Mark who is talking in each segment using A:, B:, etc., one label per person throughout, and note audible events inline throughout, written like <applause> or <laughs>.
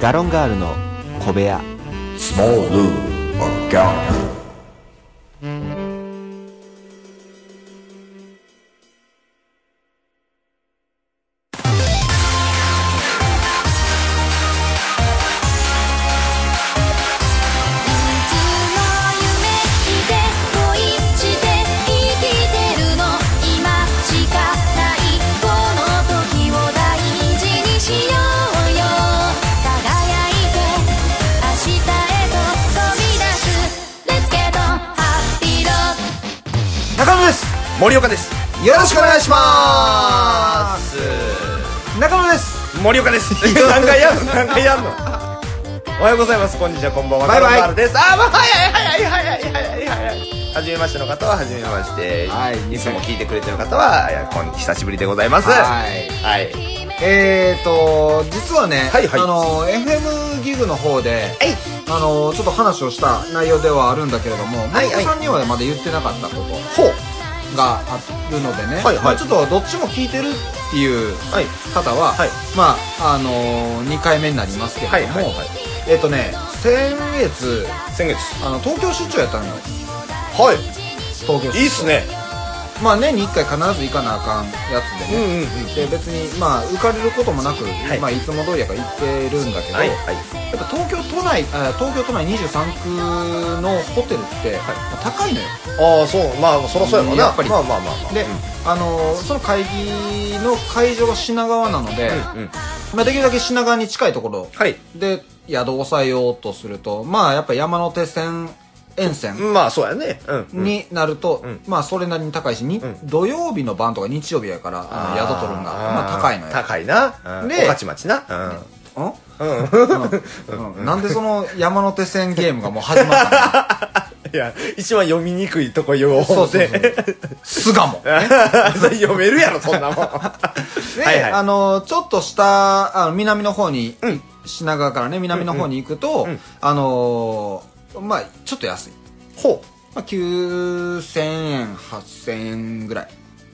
A: ガロンガールの小部屋
B: Small Lou or Gallagher.
C: いつも夢見て恋して生きてるの今しかないこの時を大事にしようよ輝いて明日へと飛び出す Let's get on Happy Road
D: 中野です
E: 森岡です
D: よろしくお願いします中野です
E: 森岡です
D: <laughs>
E: 何回やんの何回やんのおはようございますこんにちはこんばんは
D: バイバイ
E: カロンガールですあーもう早い早い早い早い早い早いはじめましての方ははじめまして、
D: はい
E: いつも聞いてくれてる方はいやこん久しぶりでございます
D: はい
E: はい
D: えーと実はね、
E: はいはい
D: あの FM ギグの方で、あのちょっと話をした内容ではあるんだけれども、
E: はい
D: 森岡さんにはまだ言ってなかったこと
E: ほう
D: があるのでね、
E: はいはい
D: まあちょっとどっちも聞いてるっていう
E: はい
D: 方は、
E: はい
D: まああの2回目になりますけれども、
E: はいはいはい
D: えっ、とね先月
E: 先月
D: あの東京出張やったのよ
E: はい
D: 東京出張
E: いいっすね
D: まあ年に1回必ず行かなあかんやつでね、
E: うん
D: で別にまあ浮かれることもなく、
E: い
D: いまあ、いつも通りやから行ってるんだけど、
E: はい
D: や
E: はい
D: っぱ東京都内あ東京都内23区のホテルって、
E: はい
D: まあ高いのよ
E: ああそうまあそらそうやろな
D: やっぱり
E: まあまあまあまあ
D: で、
E: うん
D: あのーその会議の会場が品川なので、
E: うんうん
D: まあ、できるだけ品川に近いところ
E: はい
D: で宿を抑えようとするとまあやっぱ山手線沿線
E: まあそうやねうんうん
D: になると、
E: うん
D: まあそれなりに高いし、に
E: ん
D: 土曜日の晩とか日曜日やからあの宿取るんがまあ、高いのよ
E: 高いなうん
D: で
E: 御徒町な
D: う
E: う
D: ん
E: んうん
D: うんなんでその山手線ゲームがもう始まったの
E: いや、一番読みにくいとこ言 <laughs> おう
D: そ
E: 思
D: う
E: っ
D: そう
E: て。
D: そう。巣鴨。ね
E: それ読めるやろ、そんなもん。 <laughs> はいはい
D: あの、ちょっとした、あの、南の方に、品川からね、南の方に行くと
E: んうん、
D: あのー、まあちょっと安い。
E: ほ
D: まあ9000円、8000円ぐらい。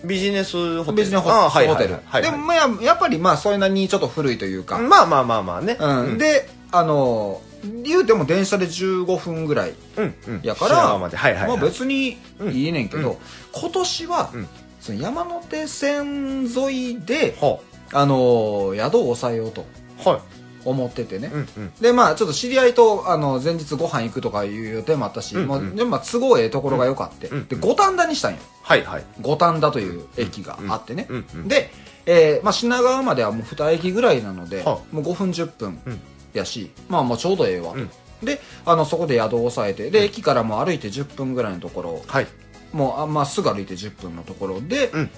E: う。ビジネスホテル。
D: 別にホ
E: あはい
D: ホ
E: はい
D: テ
E: はい
D: ル
E: はい。
D: でも、まあやっぱり、まあそれなりにちょっと古いというか。
E: まあまあまあまあね。
D: うん。、で、あのー、言うても電車で15分ぐらい
E: うん、うん。
D: やか
E: 品
D: ら、
E: 川まで。はいはい、はい。
D: まあ別にいいねんけど、今年は、
E: うん
D: その山手線沿いで、
E: は
D: あのー宿を抑えようと
E: あ、はい。
D: 思っててね、
E: うん、うん。
D: でまあちょっと知り合いとあの前日ご飯行くとかいう予定もあったし、
E: うんうん
D: もうでもまあ都合ええところが良かって、
E: うんうん
D: で五反田にしたんよ
E: はいはい。
D: 五反田という駅があってね、
E: うんうんうん
D: で、えーまあ、品川まではもう2駅ぐらいなので、
E: は
D: もう5分10分
E: うん
D: やし、まあまあちょうどええわと、
E: うん
D: であのそこで宿を抑えてで駅からもう歩いて10分ぐらいのところ
E: はい。
D: もうあまっすぐ歩いて10分のところで、
E: うん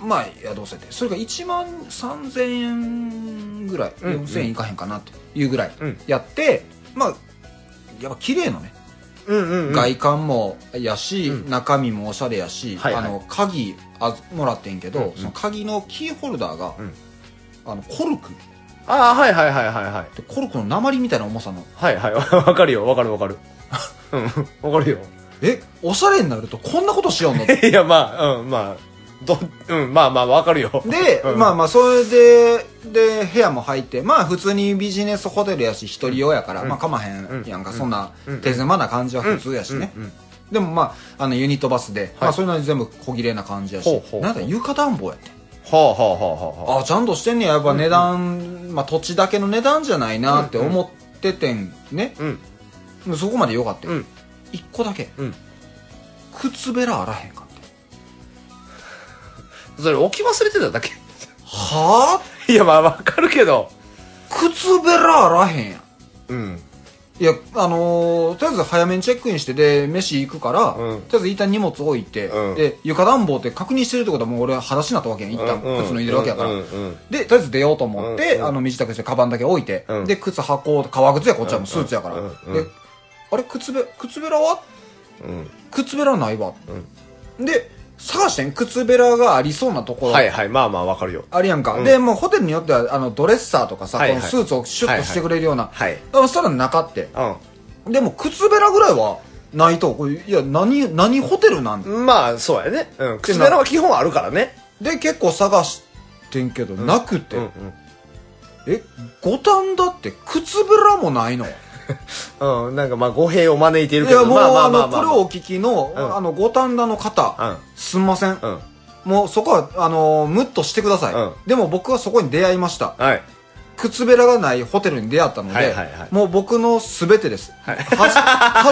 D: まあ宿を抑えてそれが1万3000円ぐらい、
E: うんうん
D: 4000円いかへんかなっていうぐらい
E: うん
D: やって、まあやっぱ綺麗なね、
E: うんうん、うん。
D: 外観もやし、
E: うん
D: 中身もおしゃれやし、
E: はいはい
D: あの鍵あもらってんけど、
E: うんうん
D: その鍵のキーホルダーが、
E: うん
D: あのコルク
E: ああ、はいはいはいはいはい。
D: でコルクの鉛みたいな重さの
E: はいはい。わかるよ、わかるわかる。うん、わかるよ。
D: えおしゃれになるとこんなことし
E: <laughs>
D: ようの
E: いや、まあ、うん、まあ、ど、うん、まあまあ、わかるよ。
D: で、
E: うん
D: まあまあそれでで部屋も入ってまあ普通にビジネスホテルやし一人用やから、
E: うん
D: まあかまへんやんか、そんな
E: うん
D: 手狭な感じは
E: うん
D: 普通やしね、
E: うんうん
D: でもまああのユニットバスで、まあ、それなりに全部小切れな感じやし
E: ほうほうほう
D: なんだ床暖房やって
E: はあはあはあはあはあ。
D: あちゃんとしてんねややっぱ値段、まあ土地だけの値段じゃないなって
E: うんうん
D: 思っててんね、
E: うん、
D: そこまでよかったよ、
E: うん
D: 一個だけ、
E: うん
D: 靴べらあらへんかって
E: それ置き忘れてただけ。
D: はあ
E: <laughs> いや、まあ、わかるけど。
D: 靴べらあらへんやん
E: うん。
D: いや、あのーとりあえず早めにチェックインして、で、飯行くから、
E: うん
D: とりあえず一旦荷物置いて、
E: うん
D: で、床暖房って確認してるってことはもう俺は裸足になったわけやん。一旦
E: うんうん
D: 靴脱いでるわけやから。
E: うんうん
D: で、とりあえず出ようと思って、
E: うんうん
D: あの、身支度してカバンだけ置いて、
E: うん
D: で、靴箱、革靴や、こっちはもうスーツやから。
E: うんうん
D: で、あれ、靴べ、靴べらは
E: うん
D: 靴べらないわ。で、探してん靴べらがありそうなところ。
E: はいはい、まあまあわかるよ。
D: あるやんか、
E: うん
D: で、もうホテルによっては、あの、ドレッサーとかさ、
E: はいはい
D: このスーツをシュッとしてくれるような。
E: はいはい
D: あそしたらなかって。でも靴べらぐらいはないとこれいや何何ホテルなんだ
E: うん。まあ、そうやね。うん。靴べらは基本あるからね。
D: で結構探してんけど、なくて、
E: うんうん。
D: え五反田って靴べらもないの
E: うん、なんかまあ語弊を招いている
D: い
E: けど
D: やもう
E: まあま
D: あ
E: あまあま
D: のこ
E: あ
D: れをお聞きの、
E: うん
D: あの五反田の方、
E: うん
D: すんません、
E: うん
D: もうそこはあのームッとしてください、
E: うん
D: でも僕はそこに出会いました
E: はい
D: 靴べらがないホテルに出会ったので、
E: はいはいはい
D: もう僕の全てです、はじ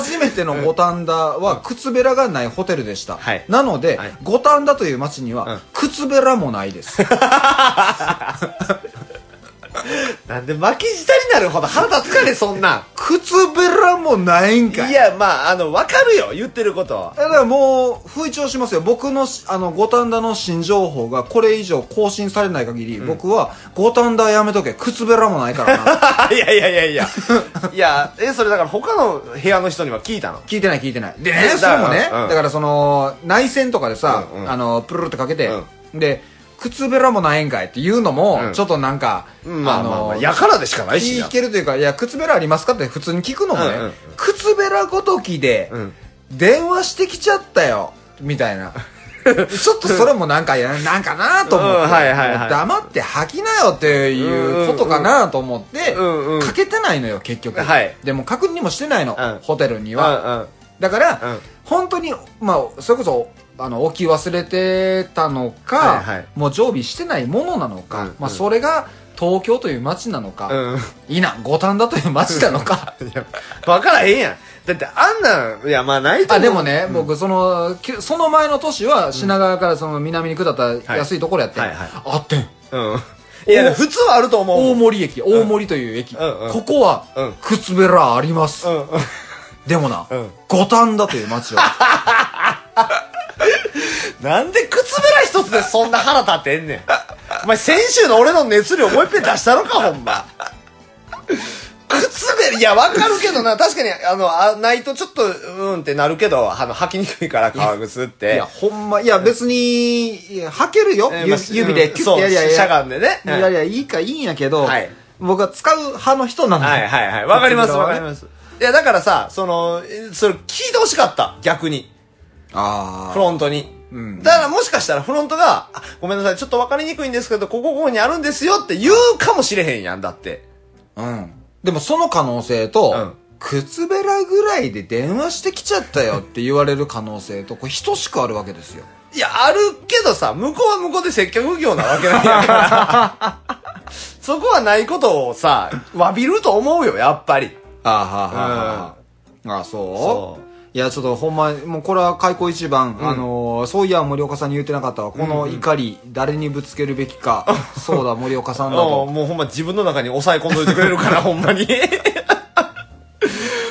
D: <laughs> 初めての五反田は靴べらがないホテルでした、
E: はい
D: なので、
E: はい
D: 五反田という街に
E: うん
D: は靴べらもないです、 <laughs>
E: なんで巻き舌になるほど腹立つかねそんな
D: 靴べらもないんかい
E: いやまああのわかるよ言ってることは
D: だからもう、吹聴しますよ。僕のし、あの、五反田の新情報がこれ以上更新されない限り、僕は、五反田やめとけ。靴べらもないから
E: <laughs>
D: な。
E: いやいやいやいやいやえそれだから他の部屋の人には聞いたの
D: 聞いてない聞いてない。でね、
E: え
D: それもね、
E: だからうん
D: だからその、内戦とかでさ、
E: うんうん
D: あの、プルルってかけて、で、靴べらもないんかいっていうのも、
E: うん
D: ちょっとなんか、
E: まあまあまあやからでしかないし
D: 聞
E: な
D: けるというか、いや、靴べらありますかって普通に聞くのも
E: う
D: ね、
E: んうんうん
D: 靴べらごときで、
E: うん
D: 電話してきちゃったよ、みた
E: <laughs>
D: いな。ちょっとそれもなんか、いやなんかなと思って、
E: うんはいはいはい
D: もう黙って吐きなよっていうことかなと思って、
E: うんうん
D: かけてないのよ、結局。
E: はい
D: でも確認もしてないの、
E: うん
D: ホテルに
E: う
D: は。
E: んうん
D: だから、
E: うん
D: 本当に、まあ、それこそ、あの、置き忘れてたのか、
E: はいはい
D: もう常備してないものなのか、
E: うんうん
D: まあ、それが東京という街なのか、
E: うん
D: <laughs> いいな、五反田という街なのか。
E: いや分からへんやんだってあんなんいやまあないと思う
D: あ、でもね、僕、その、きゅその前の年は、品川からその南に下った安いところやって、
E: はいはい
D: あってん。
E: うんいや普通はあると思うもん
D: 大森駅、大森という駅。
E: うんうん
D: ここは
E: うん、
D: 靴べらあります。
E: うんうん
D: でもな
E: うん、
D: 五反田という街は、
E: なんで靴べら一つでそんな腹立てんねん。お前先週の俺の熱量もう一遍出したのか、ほんま。靴べら、いや、わかるけどな、確かに、あの、あないとちょっと、うーんってなるけど、あの、履きにくいから、革靴って。
D: <laughs> いや、ほんま、いや、別に、いや履けるよ、
E: えー
D: ゆ
E: まあ
D: 指で、キュッ
E: そう
D: てやりゃええ
E: しゃがんでね。
D: いやいや、いいか、いいんやけど、
E: はい
D: 僕は使う派の人なんだ。
E: はいはいはい。わかります、
D: 靴べら
E: わ
D: は
E: か
D: ね
E: ります。いや、だからさ、その、えそれ聞いてほしかった、逆に。
D: あ
E: フロントに。
D: うん
E: だからもしかしたらフロントが、あごめんなさい、ちょっとわかりにくいんですけど、ここここにあるんですよって言うかもしれへんやん、だって。
D: あ。うん。でもその可能性と、
E: うん
D: 靴べらぐらいで電話してきちゃったよって言われる可能性と、これ等しくあるわけですよ。
E: いや、あるけどさ、向こうは向こうで接客業なわけないやから。
D: <laughs>
E: そこはないことをさ、詫びると思うよ、やっぱり。
D: ああ、はあ、はあ。あ、そういや、ちょっとほんま、もうこれは開口一番、あのーそういや森岡さんに言ってなかったわ。この怒り、誰にぶつけるべき <laughs> か、そうだ森岡さんだ
E: も
D: と
E: う。もうほんま自分の中に抑え込んどいてくれるから、ほんまに。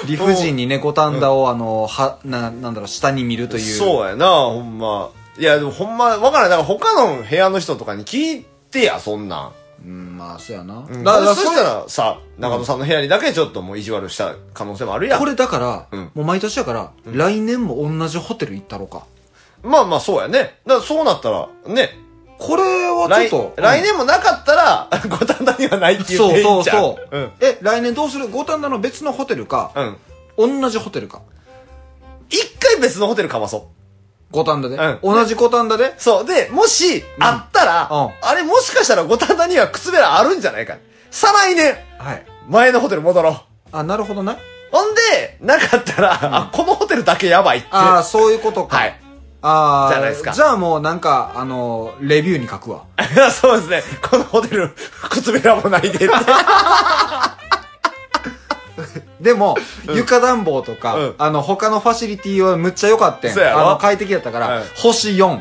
D: 理不尽に猫タンダを、あの、は、な、なんだろう、下に見るという。
E: そうやな、ほんま。いや、でもほんま、わからない。だから他の部屋の人とかに聞いてや、そんなん。
D: うん、まあ、そうやな。
E: だか
D: だから
E: そ
D: ら、そ
E: した
D: れ、
E: らさ、中野さんの部屋にだけちょっともう意地悪した可能性もあるやん。
D: これだから、
E: うん
D: もう毎年やから、来年も同じホテル行ったろうか。
E: まあまあそうやね。だからそうなったら、ね。
D: これは
E: 来
D: ちょっと。
E: 来年もなかったら、 <laughs> 五反田にはないって言っ
D: そう
E: ていい
D: そ
E: ん
D: う
E: ちゃ
D: そうう。
E: ん。
D: え、来年どうする五反田の別のホテルか、
E: うん。
D: 同じホテルか。
E: 一回別のホテルかまそ
D: 五反田で。
E: うん
D: 同じ五反田で
E: う。そう。で、もし、あったら、
D: うんうん
E: あれもしかしたら五反田には靴べらあるんじゃないか。再来年、
D: はい。
E: 前のホテル戻ろう。
D: あ、なるほどね。
E: ほんで、なかったら、あ、このホテルだけやばいって。
D: ああ、
E: は
D: そういうことか。
E: い。
D: ああ。
E: じゃないですか
D: じゃあもうなんか、あの、レビューに書くわ。
E: <laughs> そうですね。このホテル、靴べらもないで
D: <laughs>
E: って。
D: でも、床暖房とか、
E: うん
D: あの、他のファシリティはむっちゃ良かった
E: そうや
D: ん。
E: ろ
D: あの、快適やったから、
E: うん
D: 星4。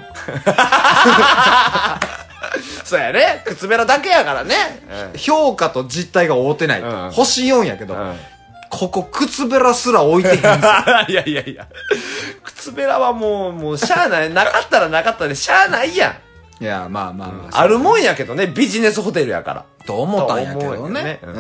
E: そうやね。靴べらだけやからね。
D: 評価と実態が合うてない。
E: うん
D: 星4やけど、
E: うん
D: ここ靴べらすら置いてへんぞ。
E: <laughs> <laughs> いやいやいや。靴べらはもう、もう、しゃあない。なかったらなかったで、しゃあないやん。
D: いや、まあまあまあ。
E: あるもんやけどね、ビジネスホテルやから。
D: と思ったんやけ
E: と
D: ど
E: 思うよね
D: ね。
E: うん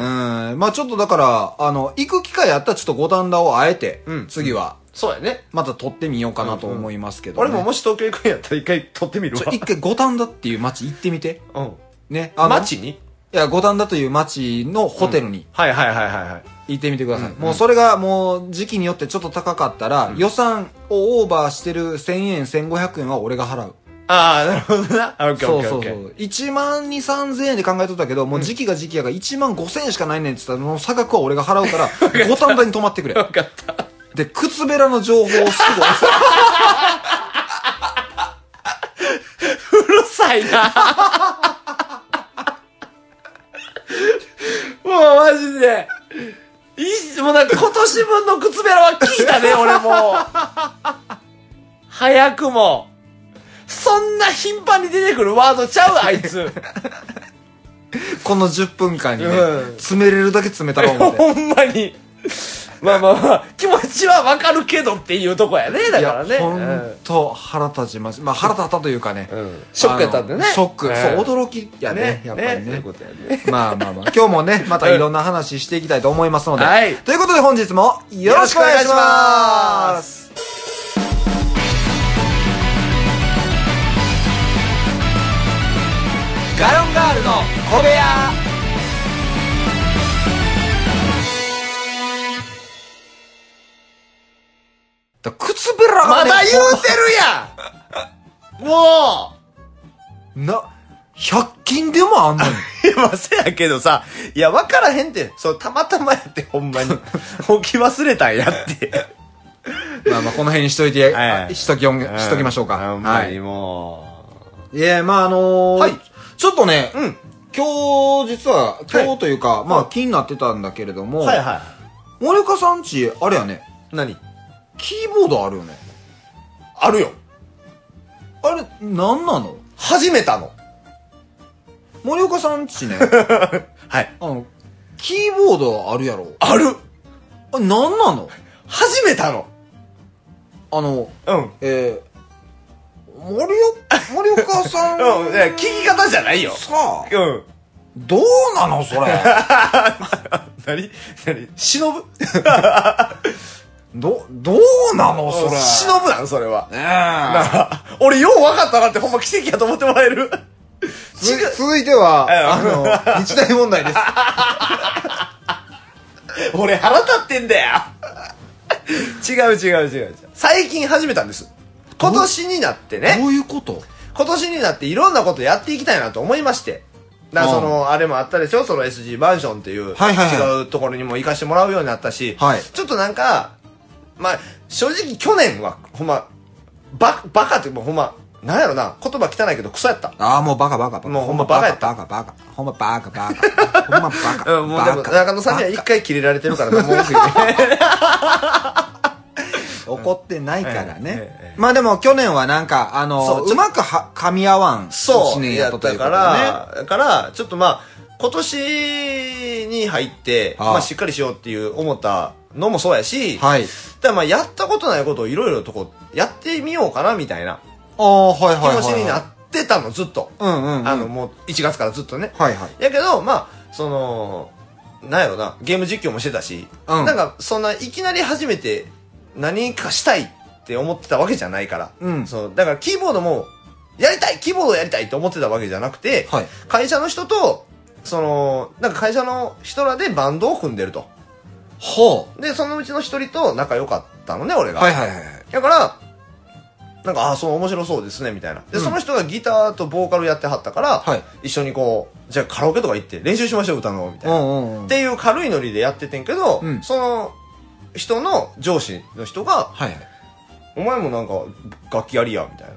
D: うん。まあちょっとだから、あの、行く機会あったらちょっと五反田をあえて、
E: うん
D: 次は、
E: そうやね。
D: また撮ってみようかなと思いますけど、ね
E: 俺ももし東京行くんやったら一回撮ってみる
D: ち
E: わ
D: ょ。一回五反田っていう街行ってみて。
E: うん。
D: ね。あの
E: 街に
D: いや、五反田という街のホテルに
E: はいはいはいはいはい。
D: 行ってみてください。もうそれがもう時期によってちょっと高かったら、予算をオーバーしてる1000円、1500円は俺が払う。
E: ああ、なるほどな。オッケー
D: そ
E: オ
D: う
E: ッケー
D: そ
E: オ
D: う
E: ッケ
D: そ
E: ー。
D: う。1万2、3000円で考えとったけど、もう時期が時期やが1万5000円しかないねんって言ったら、もう差額は俺が払う <laughs> から、五反田に泊まってくれ。
E: 分かった。
D: で、靴べらの情報をす
E: う
D: ぐ
E: るさいな。 <laughs> もうマジで。いいもうなんか今年分の靴べらは聞いた
D: <laughs>
E: ね、俺もう。早くも。そんな頻繁に出てくるワードちゃう、あいつ。 <laughs>
D: この10分間にね、
E: うん
D: 詰めれるだけ詰めたろう思っ
E: <laughs>
D: て。
E: ほんまに。まあまあまあ、気持ちはわかるけどっていうとこやね、だ
D: い
E: から
D: や、
E: ね。
D: ほんと腹立ちます。まあ腹立ったというかね。
E: うんショックやったんだよね
D: あのショック。
E: うん
D: そう、驚きやね
E: ね。
D: やっぱり
E: ね
D: ね
E: そういうことやね。
D: まあまあまあ、今日
E: <laughs>
D: もね、またいろんな話していきたいと思いますので。
E: はい
D: ということで本日もよろしくお願いします。
E: ガロンガールの小部屋
D: だから靴べら
E: ま
D: がね、
E: だ言うてるやんも
D: な、100均でもあん
E: <laughs>
D: のに。
E: ういや、まあせやけどさ、いや、わからへんって。そう、たまたまやって、ほんま <laughs> に。置き忘れたんやって。 <laughs>
D: まあまあ、この辺にしといて、
E: はい
D: あしときおん、
E: うん
D: しときましょうか。
E: ほんま
D: は
E: に
D: い。
E: も
D: いや、まあ、あのー
E: はい
D: ちょっとね、
E: う。うん。
D: 今日、実
E: は
D: は、
E: い
D: 今日というか、
E: う
D: まあ
E: ん、
D: 気になってたんだけれども、
E: はいは
D: 森岡さんち、あれやね、
E: い。何
D: キーボードあるよね。
E: あるよ。
D: あれ、なんなの
E: 始めたの。
D: 森岡さんち
E: <laughs>
D: ね、
E: はい。
D: あの、キーボードあるやろ。
E: ある
D: あ、なんなの
E: 始めたの。
D: あの、
E: うん。
D: えー、森岡、森岡さん、
E: <laughs> うん、いや聞き方じゃないよ。
D: さあ、
E: うん。
D: どうなのそれ。 <laughs>
E: 何何忍ぶ
D: ど、どうなのそ
E: <laughs>
D: れ。
E: 忍ぶなんそれは。
D: ねえ
E: なあ俺よう分かったなってほんま奇跡やと思ってもらえる。
D: つ続いては、
E: うん
D: あ
E: <laughs>
D: の、日大問題です。
E: 俺腹立ってんだよ。違う違う違う違う。最近始めたんです。今年になってね。
D: どういうこと
E: 今年になっていろんなことやっていきたいなと思いまして。だからその、あれもあったでしょその SG マンションっていう、
D: はいはいは
E: 違うところにも行かしてもらうようになったし、
D: はい
E: ちょっとなんか、まあ、正直去年は、ほんま、ば、バカってもうほんま、なんやろな、言葉汚いけどクソやった。
D: ああ、もうバカバカバカ。
E: もうほんまバカやった
D: バカバカ。ほんまバカバカ。ほんまバカ。
E: うん、 <laughs> もうでも、
D: バカ
E: 中野さんには一回切れられてるからな、もう文句言って
D: 怒ってないから
E: え
D: ね。
E: えええ
D: まあでも去年はなんか、あの、
E: そううちょ
D: まくは噛み合わん
E: そ
D: 一
E: う、
D: 年
E: や
D: やっと
E: っ
D: った
E: た
D: いうこ
E: か
D: とだね。
E: ら、だから、ちょっとまあ、今年に入って、
D: ああ
E: まあしっかりしようっていう思ったのもそうやし、
D: はい。
E: だからまあやったことないことをいろいろとこうやってみようかなみたいな
D: ああ、はい
E: 気
D: はいはい。
E: 持ちになってたのずっと、
D: うんうんうん。
E: あのもう1月からずっとね、
D: はいはい。
E: やけどまあそのなんやろなゲーム実況もしてたし、
D: うん
E: なんかそんないきなり初めて何かしたいって思ってたわけじゃないから、
D: うん
E: そうだからキーボードもやりたいキーボードやりたいって思ってたわけじゃなくて、
D: はい
E: 会社の人とそのなんか会社の人らでバンドを組んでると
D: ほ
E: でそのうちの一人と仲良かったのね俺
D: う。
E: が
D: はいはいはいはい。
E: だから、なんか、ああ、そう、面白そうですね、みたいな。で、
D: うん
E: その人がギターとボーカルやってはったから、
D: はい
E: 一緒にこう、じゃあカラオケとか行って練習しましょう、歌の、みたいうな。っ
D: んうんうん。
E: ていう軽いノリでやっててんけど、
D: うん
E: その人の上司の人が、
D: はいはい。
E: お前もなんか、楽器やりや、みたいな。っ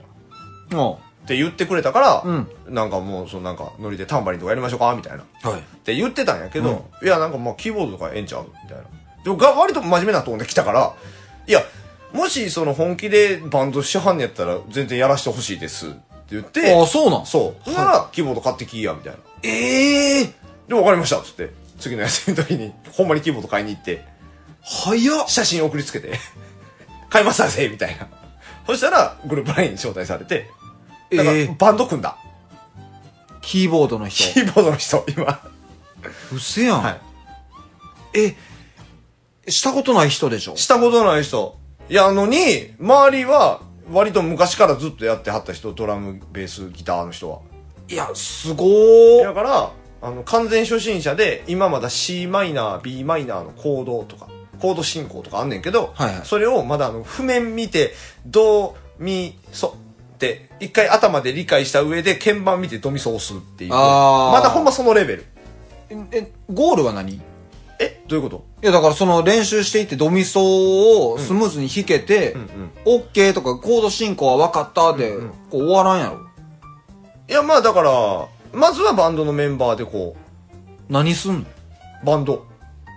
D: も
E: て言ってくれたから、
D: うん
E: なんかもう、そのなんか、ノリでタンバリンとかやりましょうか、みたいな。
D: う。はい。
E: って言ってたんやけど、いや、なんかまあ、キーボードとかええんちゃうみたいな。でも、が、割と真面目なとこで来たから、いや、もし、その、本気でバンドしはんねやったら、全然やらしてほしいです。って言って、
D: ああ、そうなん
E: そう。それなら、キーボード買ってきいや、みたいな。
D: ええー、
E: で、わかりました、つって。次の休みの時に、 <laughs> ほんまにキーボード買いに行って、
D: 早っ。
E: 写真送りつけて、 <laughs> 買いましたぜ、みたいな。そしたら、グループ LINE に招待されて、
D: え
E: なんか
D: ー、
E: バンド組んだ。
D: キーボードの人。
E: キーボードの人、今。
D: うせやん。
E: はい
D: え、したことない人でしょ
E: したことない人。いや、のに、周りは、割と昔からずっとやってはった人、ドラム、ベース、ギターの人は。
D: いや、すご
E: だから、あの、完全初心者で、今まだ C マイナー、B マイナーのコードとか、コード進行とかあんねんけど、
D: はいはい
E: それをまだあの、譜面見て、ド、ミ、ソっって、一回頭で理解した上で、鍵盤見てドミソ押すっていう。
D: あー
E: まだほんまそのレベル。
D: え、ゴールは何い
E: えどういうこと
D: や、だからその練習していってドミソをスムーズに弾けて、オッケーとかコード進行は分かったで、こう終わらんやろ。
E: いや、まあだから、まずはバンドのメンバーでこ
D: 何すんの
E: う、バンド。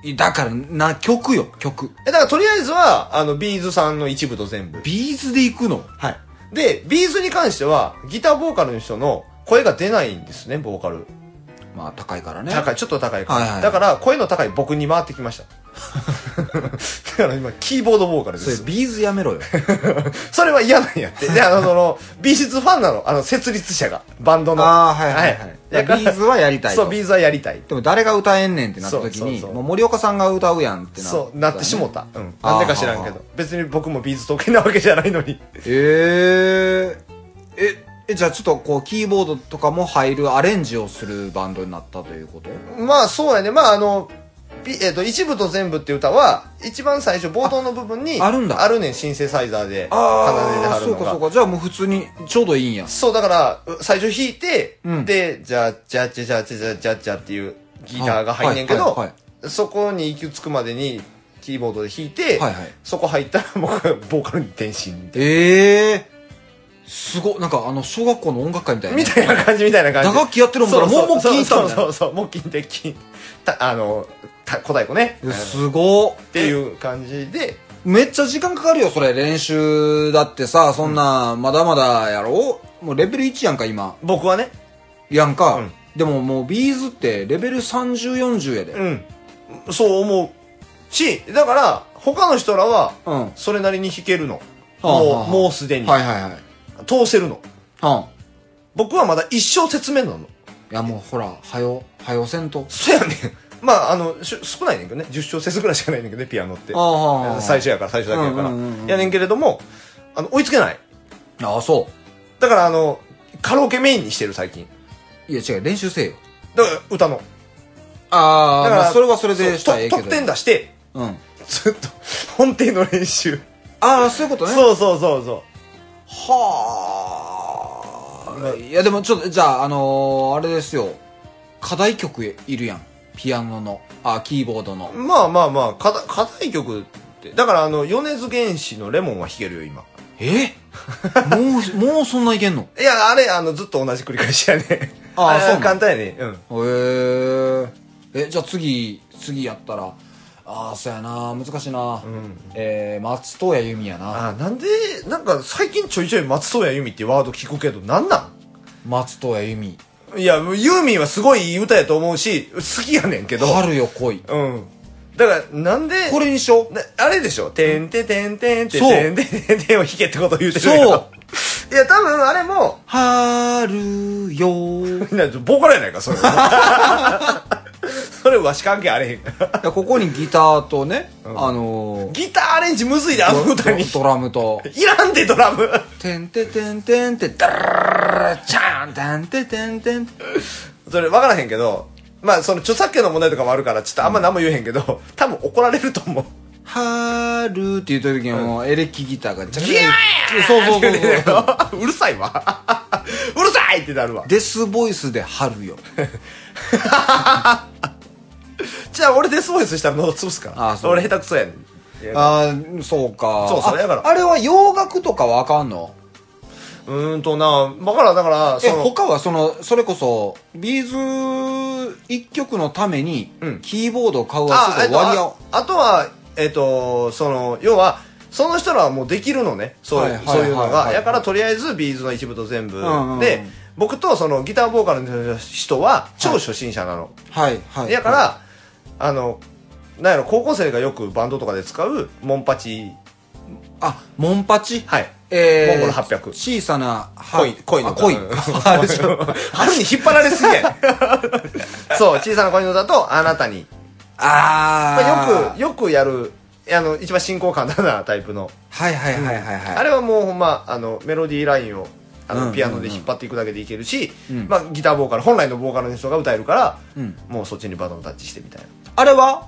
D: いやだから、な、曲よ、曲。
E: え、だからとりあえずは、あの、ビーズさんの一部と全部。
D: ビーズで行くの
E: はい。で、ビーズに関しては、ギターボーカルの人の声が出ないんですね、ボーカル。
D: まあ、高いからね。
E: 高
D: い。
E: い、ちょっと高いから。
D: はいはい
E: だから、声の高い僕に回ってきました。 <laughs> だから今、キーボードボーカルで
D: それ、
E: す。
D: ビーズやめ
E: <laughs>
D: ろよ。
E: それは嫌なんやって。で、あの、その、美術ファンなの。あの、設立者が。バンドの。
D: ああ、はいはいはい。
E: だ
D: だか
E: から
D: らビーズはやりたいと。
E: そう、ビーズはやりたい。
D: でも誰が歌えんねんってなった時
E: そうそう
D: に、
E: そう
D: もう森岡さんが歌うやんってなった、
E: そう、なってしもう。た。うん。
D: あー
E: なんでか知らんけど。別に僕もビーズ得意なわけじゃないのに。
D: えええ、え、じゃあちょっとこう、キーボードとかも入るアレンジをするバンドになったということ
E: まあ、そうやね。まあ、あの、ビえっ、と、一部と全部っていう歌は、一番最初、冒頭の部分に、
D: ああるんだ
E: あるねん、シンセサイザーで、奏でてはる
D: そ
E: の
D: うか
E: が
D: そう。か。じゃあもう普通にちょうどいいんや。
E: そう、だから、う最初弾いて、
D: うん
E: で、じゃあ、じゃあ、じゃあ、じゃあ、じゃあ、じゃあ、じゃあっていうギターが入んねんけ
D: はいは
E: ど
D: いは、
E: そこに行き着くまでに、キーボードで弾いて、
D: はいはい
E: そこ入ったら僕はボーカルに転身みたい
D: ええすごっ、なんかあの、小学校の音楽会みたい
E: な。
D: な。
E: みたいな感じみたいな感じ。
D: 打楽器やってるもんから
E: そうそう
D: もう木いた
E: そう
D: みたいな
E: そうそう、木琴で金。たあの、た小太鼓ね。
D: いや
E: っ
D: すごって
E: いう感じで、
D: めっちゃ時間かかるよ、それ。練習だってさ、そんな、まだまだやろもうレベル1やんか、今。
E: 僕はね、
D: やんか。
E: うん
D: でももう、ビーズってレベル30、40やで。
E: うん、そう思うし、だから、他の人らは
D: うん、
E: それなりに弾けるの。
D: はあはあ
E: も
D: はあ
E: う、もうすでに。
D: はいはいはい。
E: 通せるの。
D: うん。
E: 僕はまだ一生説明なの。 <laughs>
D: いやもうほら、はよ、はよせんと。
E: そやねん。まあ、あの、し少ないねんけどね。10小節ぐらいしかないねんけどね、ピアノって。
D: ああ
E: 最初やから、最初だけやから。
D: うんうんうんうん
E: やねんけれども、あの、追いつけない。
D: ああ、そ
E: だから、あの、カラオケメインにしてる、最近。
D: う。いや違う、練習せえよ。
E: だから、歌の。
D: ああ、
E: だから、
D: まあそれはそれでしたらええけ
E: そう
D: ど。
E: と得点出して、
D: うん。あ
E: ずっと、本程の練習。
D: あ、そういうことね。
E: そうそうそうそ
D: はあ。いやでもちょっと、じゃあ、あのーあれですよ。課題曲いるやん。ピアノの、あ、キーボードの
E: う。。まあまあまあ、課題課題曲って。だから、あの、米津玄師のレモンは弾けるよ、今。
D: えもう、 <laughs> もうそんないけんの
E: いや、あれ、あの、ずっと同じ繰り返しやね。
D: あー
E: <laughs> れ
D: そうなん
E: 簡単やね。うん。
D: へえ。え、じゃあ次、次やったら、ああ、そうやな、難しいな。えー、松任谷由実やな。
E: あなんでなんか最近ちょいちょい松任谷由実ってワード聞くけどなんな
D: 松任谷由実。
E: んいやユーミンはすごいいい歌やと思うし好きやねんけど
D: 春よ来い。
E: うんだからなんで
D: これにしよう。
E: なあれでしょ「てんててんてんてん
D: そう
E: てんてんてんてん」を弾けってこと言うてる
D: そう
E: ういや多分あれも
D: 春 <laughs> よ。い
E: なボーカルやないかそれ <laughs> それわし関係あれへんから
D: やここにギターとね、あのー、
E: ギターアレンジむずいであの歌に
D: ドドラムと。
E: いらんでドラム
D: てんててんてんて、ダラチャーン、てんててんてん。
E: それ分からへんけどまあその著作権の問題とかもあるからちょっとあんま何も言えへんけど多分怒られると思う
D: はーるって言った時にもうエレキギターがジャ
E: ギャー
D: そうそうそう
E: って
D: そ
E: <laughs>
D: う。
E: うるさいわうるさいってなるわ
D: デスボイスで春よ。
E: じゃあ俺デスボイスしたら喉潰すから
D: あそう
E: 俺下手くそやねん
D: あー、そうか。
E: そうそれ
D: あ
E: やから
D: あれは洋楽とかわかんの
E: うーんとなだからんだから
D: え、
E: その
D: 他はその、それこそ、ビーズ一曲のために
E: うん、
D: キーボードを買うは
E: あ
D: す
E: え
D: ご
E: っ
D: い
E: と
D: 割合を
E: あ。あとはえっとその要はその人らはもうできるのねそう,、
D: はいいはいはいう
E: そういうの
D: はいは
E: が
D: い
E: やからとりあえずビーズの一部と全部、
D: んうんうん
E: で僕とそのギターボーカルの人は超初心者なの、
D: はい、はい。
E: やから、あのなんやろ高校生がよくバンドとかで使うモンパチ
D: あ、モンパチ
E: はい
D: えー、
E: モンゴル800
D: 小さな、は
E: 恋、恋の
D: あ
E: 歌。
D: 恋。
E: うん
D: あれでしょ
E: 春に引っ張られすぎや
D: <laughs>
E: んそう、小さな恋の歌と、あなたに。
D: <laughs> あ
E: まあよ
D: ー。
E: く、よくやる、あの、一番進行簡単なタイプの。
D: はいはいはいはいはい。
E: あれはもうほんま、あの、メロディーラインを、あ
D: うんうんう
E: の、
D: ん
E: ピアノで引っ張っていくだけでいけるし、
D: うん
E: まあ、ギターボーカル、本来のボーカルの人が歌えるから、
D: うん
E: もうそっちにバトンタッチしてみたいな。
D: あれは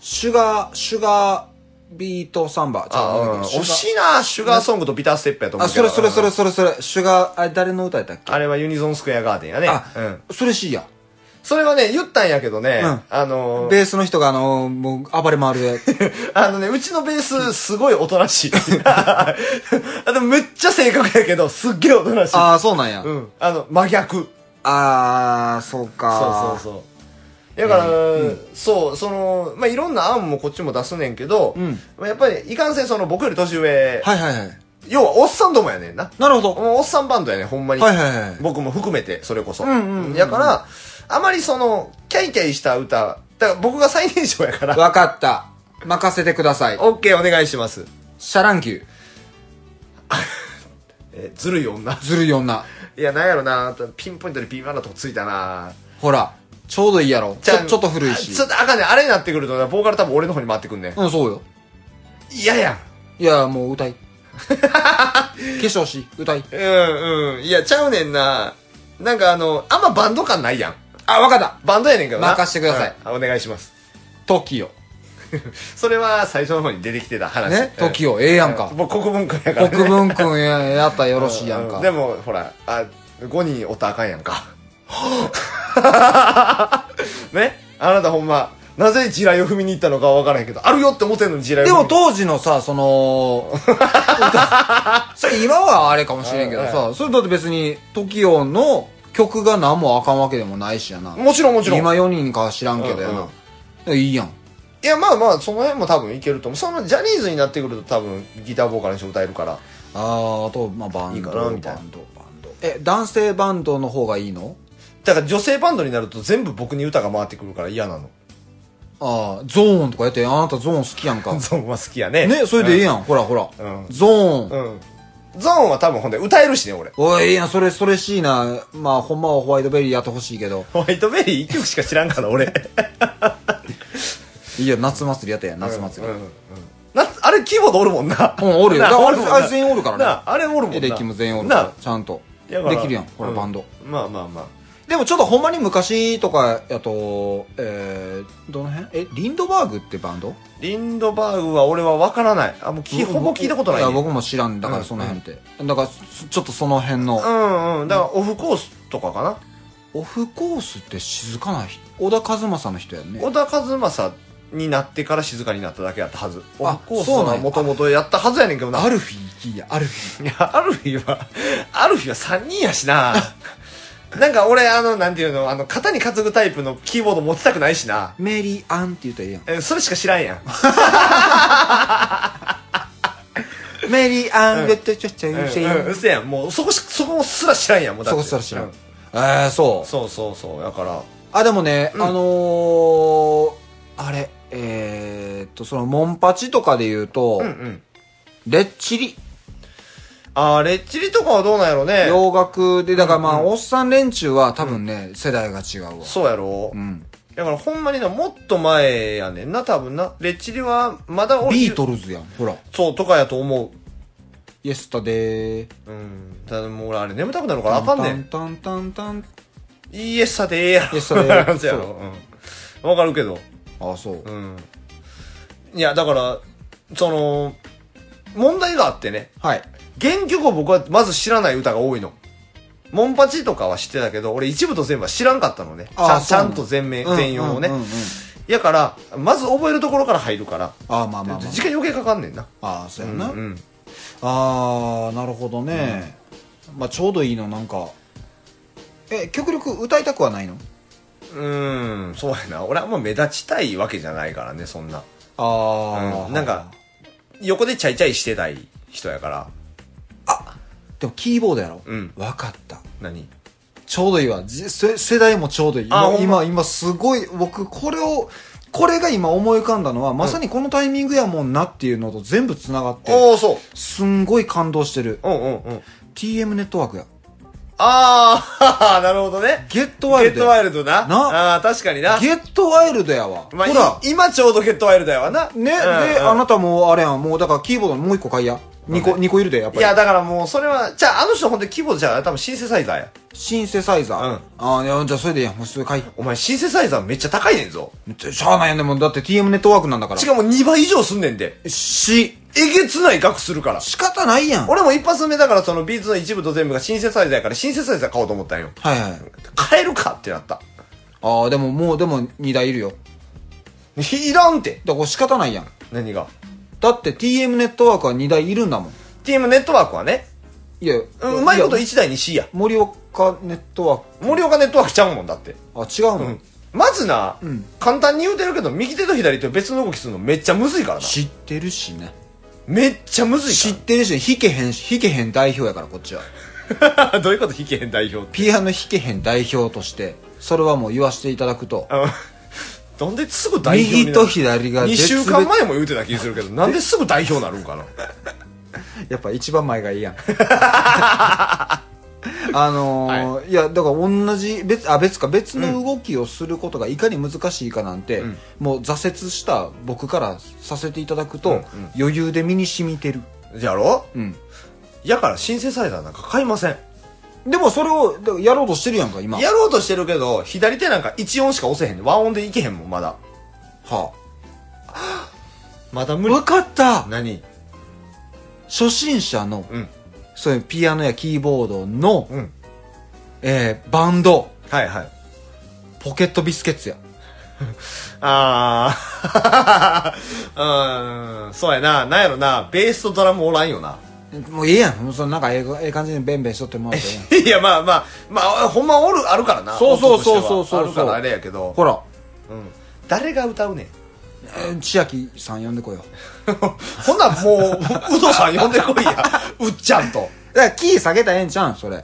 D: シュガー、シュガービートサンバ。じゃ
E: あうん
D: あ、シュ
E: 惜
D: ガー
E: しいな、シュガーソングとビターステップやと思
D: あ、
E: うけ
D: そ
E: ど。
D: れそれそれ
E: うん
D: それそれ、シュガー、あれ誰の歌やったっけ
E: あれはユニゾンスクエアガーデンやね。
D: あ
E: うん。、
D: それしいや。
E: それはね、言ったんやけどね
D: うん、
E: あのー、
D: ベースの人が、あの、もう、暴れ回るやつ。
E: <laughs> あのね、うちのベース、すごいおとなしい。 <laughs> あでもめっちゃ正確やけど、すっげえおとなしい。
D: ああ、そうなんや。
E: うん。あの、真逆。
D: ああ、そう
E: そ
D: か
E: う。そうそう。だから、そう、その、まあ、いろんな案もこっちも出すねんけど、
D: うん
E: まあやっぱり、いかんせんその僕より年上、
D: はいはいはい。
E: 要はおっさんどもやねんな。
D: なるほど。
E: もうおっさんバンドやねん、ほんまに。
D: はいはいはい
E: 僕も含めて、それこそ。
D: んうんうん
E: やから、あまりその、キャイキャイした歌、だから僕が最年少やから、
D: わかった。任せてください。
E: オッケーお願いします。
D: シャランキュー。
E: えずるい女。
D: ずるい女。
E: いや、なんやろな、ピンポイントでピンマンなとこついたな。
D: ほら、ちょうどいいやろ。ち
E: じゃ
D: ょ
E: あ
D: ちょっと古いし
E: ちょ。っとあかんねんあれになってくるとな、ボーカル多分俺の方に回ってくんねん。
D: うん、そうよ。
E: 嫌ややん。
D: いや、もう歌い。化粧し、歌い。
E: うんうん。いや、ちゃうねんな。なんかあの、あんまバンド感ないやん。
D: あ、わかった。
E: バンドやねんけどな。
D: 任してください
E: うんあお願いします。
D: トキオ。
E: それは最初の方に出てきてた話。
D: ね、
E: うん
D: トキオ、ええやんか。
E: 僕国分君やから、
D: 国
E: ね。
D: 分くんややったらよろしいやん
E: う
D: か
E: う。でも、ほら、あ、5人おったらあかんやんか。 <laughs> ねあなたほんま、なぜ地雷を踏みに行ったのかは分からへんけど、あるよって思ってんのに地雷
D: で
E: を踏み
D: も
E: に
D: 当時のさ、その、歌それ今はあれかもしれんけど
E: は
D: さ、それだって別に TOKIO の曲が何もあかんわけでもないしやな。
E: もちろんもちろん。
D: 今4人か知らんけどや
E: うんう。
D: なんでいいやん。
E: いや、まあまあ、その辺も多分いけると思う。そのジャニーズになってくると多分ギターボーカルの人歌えるから。
D: ああ、あと、まあバンド。
E: いいかなみたいな
D: バンド、バンド。え、男性バンドの方がいいの
E: だから女性バンドになると全部僕に歌が回ってくるから嫌なの。 <laughs>
D: ああ、ゾーンとかやって、あなたゾーン好き
E: <laughs>
D: やんか。
E: ゾーンは好きやね。
D: ね、それでええやん。ほらほら。
E: うん
D: ゾーン。
E: うん。うん。ゾーンは多分ほんで歌えるしね、俺。
D: おい、いいやん、それ、それしいな。まあ、ほんまはホワイトベリーやってほしいけど。
E: ホワイトベリー一曲しか知らんから、俺。
D: いいや、夏祭りやったやん、 <laughs> 夏祭り。
E: うんうんうんなあれキーボードおるもんな。
D: うんおるよ
E: <laughs> な
D: だからあれ
E: もんな
D: あれ全員おるからね
E: なあれおるもんな。
D: エレキも全員おるから
E: な
D: ちゃんと。で
E: やから
D: きるやん、ほら、
E: う
D: バンド。
E: まあまあまあ。
D: でもちょっとほんまに昔とかやと、えー、どの辺え、リンドバーグってバンド
E: リンドバーグは俺は分からない。あ、もうきほぼ聞いたことないね。
D: や、僕も知らん、だか
E: う
D: ら
E: ん
D: その辺って。だから、そちょっとその辺
E: う
D: の。
E: んうん。だからオフコースとかかな。
D: オフコースって静かな人、小田和正の人やんね。
E: 小田和正になってから静かになっただけやったはず。オ
D: あ
E: フコース
D: そうなん
E: は
D: や
E: もともとやったはずやねんけどな。
D: アルフィー聞いや、アルフィー。
E: いや、アルフィーは、アルフィーは3人やしな。 <laughs> なんか俺、あの、なんていうの、あの、肩に担ぐタイプのキーボード持ちたくないしな。
D: メリーアンって言ったらいいやん。
E: え、それしか知らんやん。
D: メリー
E: う
D: アン、
E: ん
D: ベッドチャッチ
E: うん
D: ャチ
E: うんう
D: ャ
E: せやん。もう、そこし、そこすら知らんやん、もうだって
D: そこしたら知ら。
E: うん
D: ええ、そう。
E: そうそうそう、だから。
D: あ、でもね、
E: うん
D: あのー、あれ、えー、っと、その、モンパチとかで言うと、
E: うんうん。
D: レッチリ、
E: あー、レッチリとかはどうなんやろね。
D: 洋楽で、だからまあ、
E: うんうん
D: おっさん連中は多分ね、世代が違うわ。
E: そうやろ
D: う。ん。
E: だからほんまにな、もっと前やねんな、多分な。レッチリは、まだ俺
D: ビートルズやん、ほら。
E: そう、とかやと思う。
D: イエスタデー。
E: うん。ただもう俺、あれ眠たくなるからあかんねん。
D: タンタンタンタン
E: イエスさでええやろ。
D: イエスさでええやろ
E: <laughs> そうやろ。うん。わかるけど。
D: タン。あ、そう。
E: うん。いや、だから、その、問題があってね。
D: はい。
E: 原曲を僕はまず知らない歌が多いの。モンパチとかは知ってたけど、俺一部と全部は知らんかったのね。ち
D: あ
E: ゃ
D: あ
E: んちゃ
D: そうなん
E: んと全面、全容をね
D: うんう。んうんうん
E: やから、まず覚えるところから入るから、
D: あ、まあまあま
E: 時間余計かかんねんな。
D: あ。あ、そうや
E: うん
D: な。
E: うん。
D: あーなるほどね、まあちょうどいいのなんかえ極力歌いたくはないの
E: うーん、そうやな。俺あんま目立ちたいわけじゃないからね、そんな。
D: ああ、
E: うんなんか、横でチャイチャイしてたい人やから。
D: でもキーボードやろ、
E: うん
D: 分かった
E: 何
D: ちょうどいいわじせ世代もちょうどいい
E: あ
D: もう
E: ほんま
D: 今今すごい僕これをこれが今思い浮かんだのは、まさにこのタイミングやもんなっていうのと全部つながって
E: おー、そう。
D: すんごい感動してる
E: うんうんうん。
D: TM ネットワークや
E: ああ、 <laughs> なるほどね。
D: ゲットワイルド
E: ゲットワイルドな。
D: な
E: ああー、確かにな。
D: ゲットワイルドやわ。
E: まあ、
D: ほら
E: い、今ちょうどゲットワイルドやわな。
D: ね、で、
E: うんうん
D: あなたもうあれやん、もうだからキーボードもう一個買いや。二個、二個いるで、やっぱ
E: い
D: り。
E: や、だからもう、それは、じゃあ、あの人ほんと規模じゃあ、多分シンセサイザーや。
D: シンセサイザー。
E: うん
D: ああ、いやじゃあそれでいいやん。もうそれ買い。
E: お前、シンセサイザーめっちゃ高いねんぞ。
D: しゃあないやん、でもだって TM ネットワークなんだから。
E: しかも2倍以上すんねんで。
D: し、
E: えげつない額するから。
D: 仕方ないやん。はい
E: 俺も一発目だからそのビーズの一部と全部がシンセサイザーやからシンセサイザー買おうと思ったんよ。
D: はい。
E: 買えるかってなった。
D: ああ、でももう、でも2台いるよ。
E: いらんって。
D: だから仕方ないやん。
E: 何が。
D: だって TM ネットワークは2台いるんだもん。
E: TM ネットワークはね、
D: いや、
E: うんうまいこと
D: や
E: 1台にしや。
D: 森岡ネットワー
E: 森岡ネットワークちゃうもんだって。
D: ク。あ、違うの、
E: うん。まずな、
D: うん
E: 簡単に言うてるけど、右手と左手別の動きするのめっちゃむずいからな。
D: 知ってるしね。
E: めっちゃむず
D: 知
E: い
D: ってるし、弾けへんし、弾けへん代表やから、こっちは。
E: からどういうこと弾けへん代表
D: ピアノ弾けへん代表として、それはもう言わせていただくと、
E: あのなんですぐ代表になる
D: 右と左が
E: 2
D: 絶別
E: 週間前も言うてた気するけど、なんですぐ代表なるんか
D: <laughs>
E: な。
D: やっぱ一番前がい
E: <laughs>
D: いやん。あのーい、や、だから同じ、別、あ、別か、別の動きをすることがいかに難しいかなんて、
E: ん
D: もう挫折した僕からさせていただくと、
E: うんうん
D: 余裕で身に染みてる。
E: やろ
D: うん。
E: やからシンセサイザーなんか買いません。
D: でもそれをだからやろうとしてるやんか、今。
E: やろうとしてるけど、左手なんか1音しか押せへんねん和音でいけへんもん、まだ。
D: は
E: まだ
D: あ、
E: 無理
D: わ。かった
E: 何
D: 初心者の、
E: うん。
D: そういうピアノやキーボードの、
E: うん。
D: えーバンド、
E: はいはい。
D: ポケットビスケッツや。
E: あー。うー <laughs> ん。そうやな。なんやろな。ベースとドラムおらんよな。 <laughs>
D: もうええやん。もうそのなんかええええ感じにベンベンしとってもらってええやん。
E: いや、まあまあ、まあ、ほんまおる、あるからな。
D: そうそうそう
E: 音としては
D: そうそうそう
E: あるからあれやけど。
D: ほら、
E: うん。誰が歌うねん。 <laughs>
D: えー千秋さん呼んでこいよ。
E: ほんならもう、うどさん呼んでこい
D: <laughs>
E: や。うっちゃんと。
D: だからキー下げたらええんちゃうんそれ。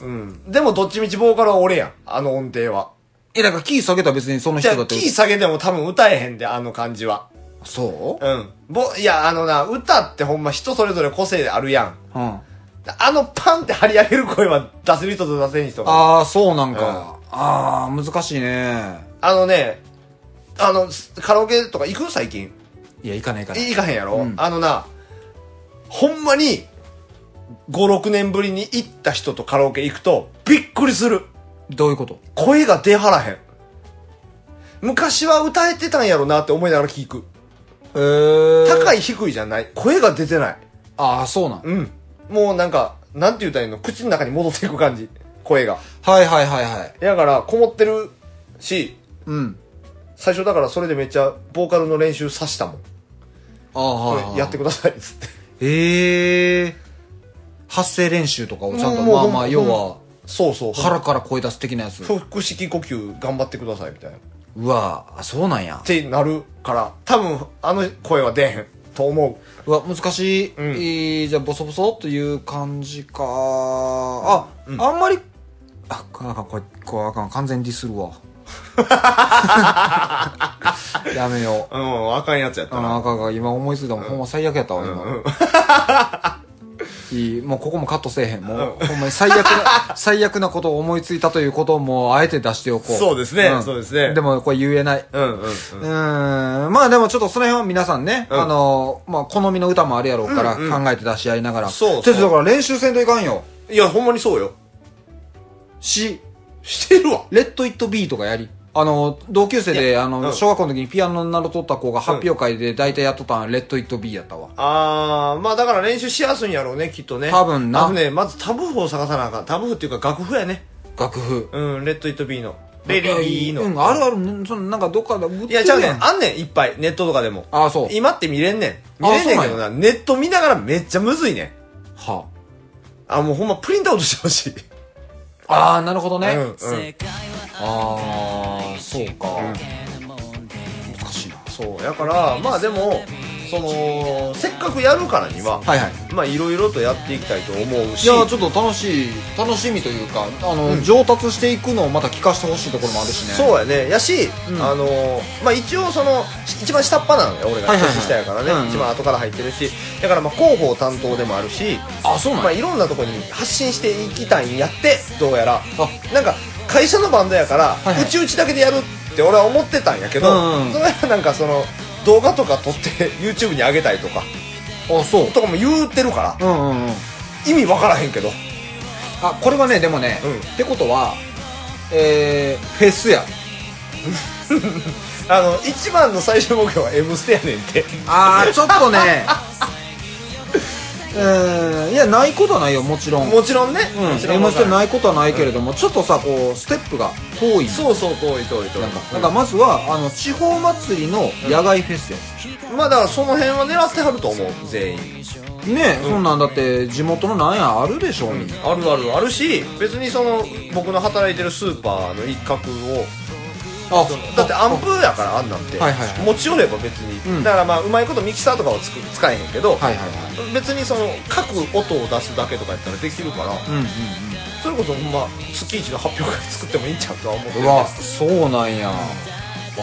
E: うん。でもどっちみちボーカルは俺やん。あの音程は。
D: え、だからキー下げたら別にその
E: じ
D: 人
E: ゃ
D: だ
E: あ、
D: って。
E: キー下げても多分歌えへんで、あの感じは。
D: そう
E: うん。ぼ、いや、あのな、歌ってほんま人それぞれ個性あるやん。
D: うん。あ
E: あのパンって張り上げる声は出せる人と出せん人が。あ
D: あー、そうなんか。ああ、難しいね。
E: のね、あの、すカラオケとか行く最近。
D: いや、いかないかない。
E: い行かへんやろ、
D: うん
E: あのな、ほんまに、5、6年ぶりに行った人とカラオケ行くと、びっくりする。
D: どういうこと
E: 声が出はらへん。昔は歌えてたんやろなって思いながら聞く。
D: えー。
E: 高
D: い。
E: い低いじゃない。声が出てない。
D: ああ、そうなん。
E: うん。もうなんか、なんて言ったらいいの口の中に戻っていく感じ。声が。
D: はいはいはいはい。
E: だから、こもってるし、
D: うん。
E: 最初だからそれでめっちゃ、ボーカルの練習さしたもん。
D: ああ、はい
E: こ
D: は
E: れ
D: い。
E: やってください、つって。
D: ええー。発声練習とかをちゃんと、
E: もう
D: まあ
E: もう
D: まあ、要は、
E: そうそう。
D: 腹から声出す的なやつ。
E: 腹式呼吸頑張ってください、みたいな。っ
D: うわあそうなんや。
E: てなるから、多分、あの声は出えへん。と思う。
D: うわ、難しい。
E: うん
D: えーじゃあ、ボソボソという感じか。あ、あんまり、あ、あかん、これ、これあかん、完全にディスるわ。 <laughs> やめよう。
E: うん、あかんやつやった
D: あの、
E: な。
D: あかんあかん、今思いついたもん、ほんま最悪やったわ、今。いい、もうここもカットせえへん。もう、ほんまに最悪な、 <laughs> 最悪なことを思いついたということをもう、あえて出しておこう。
E: そうですね
D: ん
E: そうですね
D: でも、これ言えない。
E: うん、うん、うん。
D: うーんまあでもちょっとその辺は皆さんね、
E: うん
D: あの、まあ好みの歌もあるやろうから考えて出し合いながら。
E: そうそう
D: ちょっとだから練習せんといかんよ。
E: いや、ほんまにそうよ。
D: し、
E: してるわ。
D: レッド・イット・ビーとかやり。あの、同級生
E: い
D: で、
E: や
D: あの、
E: うん
D: 小学校の時にピアノ習っとった子が発表会で大体やっとったん、レッド・イット・ビーやったわ。
E: あー、まあだから練習しやすいんやろうね、きっとね。
D: 多分な
E: あとね、まずタブ譜を探さなあかん。タブ譜っていうか楽譜やね。
D: 楽譜。
E: うん、レッド・イット・ビーの。レディーの。
D: うん、あるある、そのなんかどっかで売ってる
E: いや、ちゃうねん。
D: あ
E: あんねん、いっぱい。ネットとかでも。
D: あ、そう。
E: 今って見れんねん。見れんねんけどな、ネット見ながらめっちゃむずいねん。
D: は
E: あ、もうほんまプリントアウトしてほしい。
D: あ。ああ、なるほどね。
E: うん、うん。
D: ああ、そうか。難しいな。
E: そう、やから、まあでも、そのせっかくやるからには、
D: はいはい
E: まあいろいろとやっていきたいと思う
D: い
E: し
D: やちょっと楽しい楽しみというかあの、上達していくのをまた聞かせてほしいところもあるしね
E: そうやねやし、
D: うん
E: あのまあ一応そのし一番下っ端なのよ俺が
D: はい
E: 年
D: はいはい
E: 下やからね、
D: うんうん
E: 一番後から入ってるしだからまあ広報担当でもあるし
D: あそうなんや
E: まあ、いろんなとこに発信していきたいんやってどうやら
D: あ
E: なんか会社のバンドやから、
D: いはいう
E: ちうちだけでやるって俺は思ってたんやけど、
D: うんうん
E: それはなんかその動画とか撮って <laughs> YouTube に上げたりとか
D: あそう
E: とかも言うてるから
D: うんうんうん
E: 意味わからへんけど
D: あこれはねでもね、
E: うん
D: ってことはえー、フェスや
E: あの一番の最終目標は「M ステ」やねんって
D: ああちょっと <laughs> ねうんいやないことはないよもちろん
E: もちろんね、
D: うん、
E: もちろ
D: M ステないいことはないけれども、ちょっとさこうステップが遠い
E: そうそう遠い遠い遠い
D: なんか,、なんかまずはあの地方祭りの野外フェスや、
E: まあだからその辺は狙ってはると思う全員
D: ね、そんなんだって地元のなんやあるでしょ、みんな
E: あるあるあるし別にその僕の働いてるスーパーの一角を
D: あ
E: だってアンプやからあんなんて、
D: はいはいはい
E: 持ち寄れば別に、
D: うん
E: だからまあうまいことミキサーとかはつく使えへんけど、
D: はいはいはい
E: 別にその各音を出すだけとかやったらできるから、
D: うんうん
E: それこそほんま月一の発表会作ってもいいんちゃうとは思ってる
D: うんうわそうなんやあ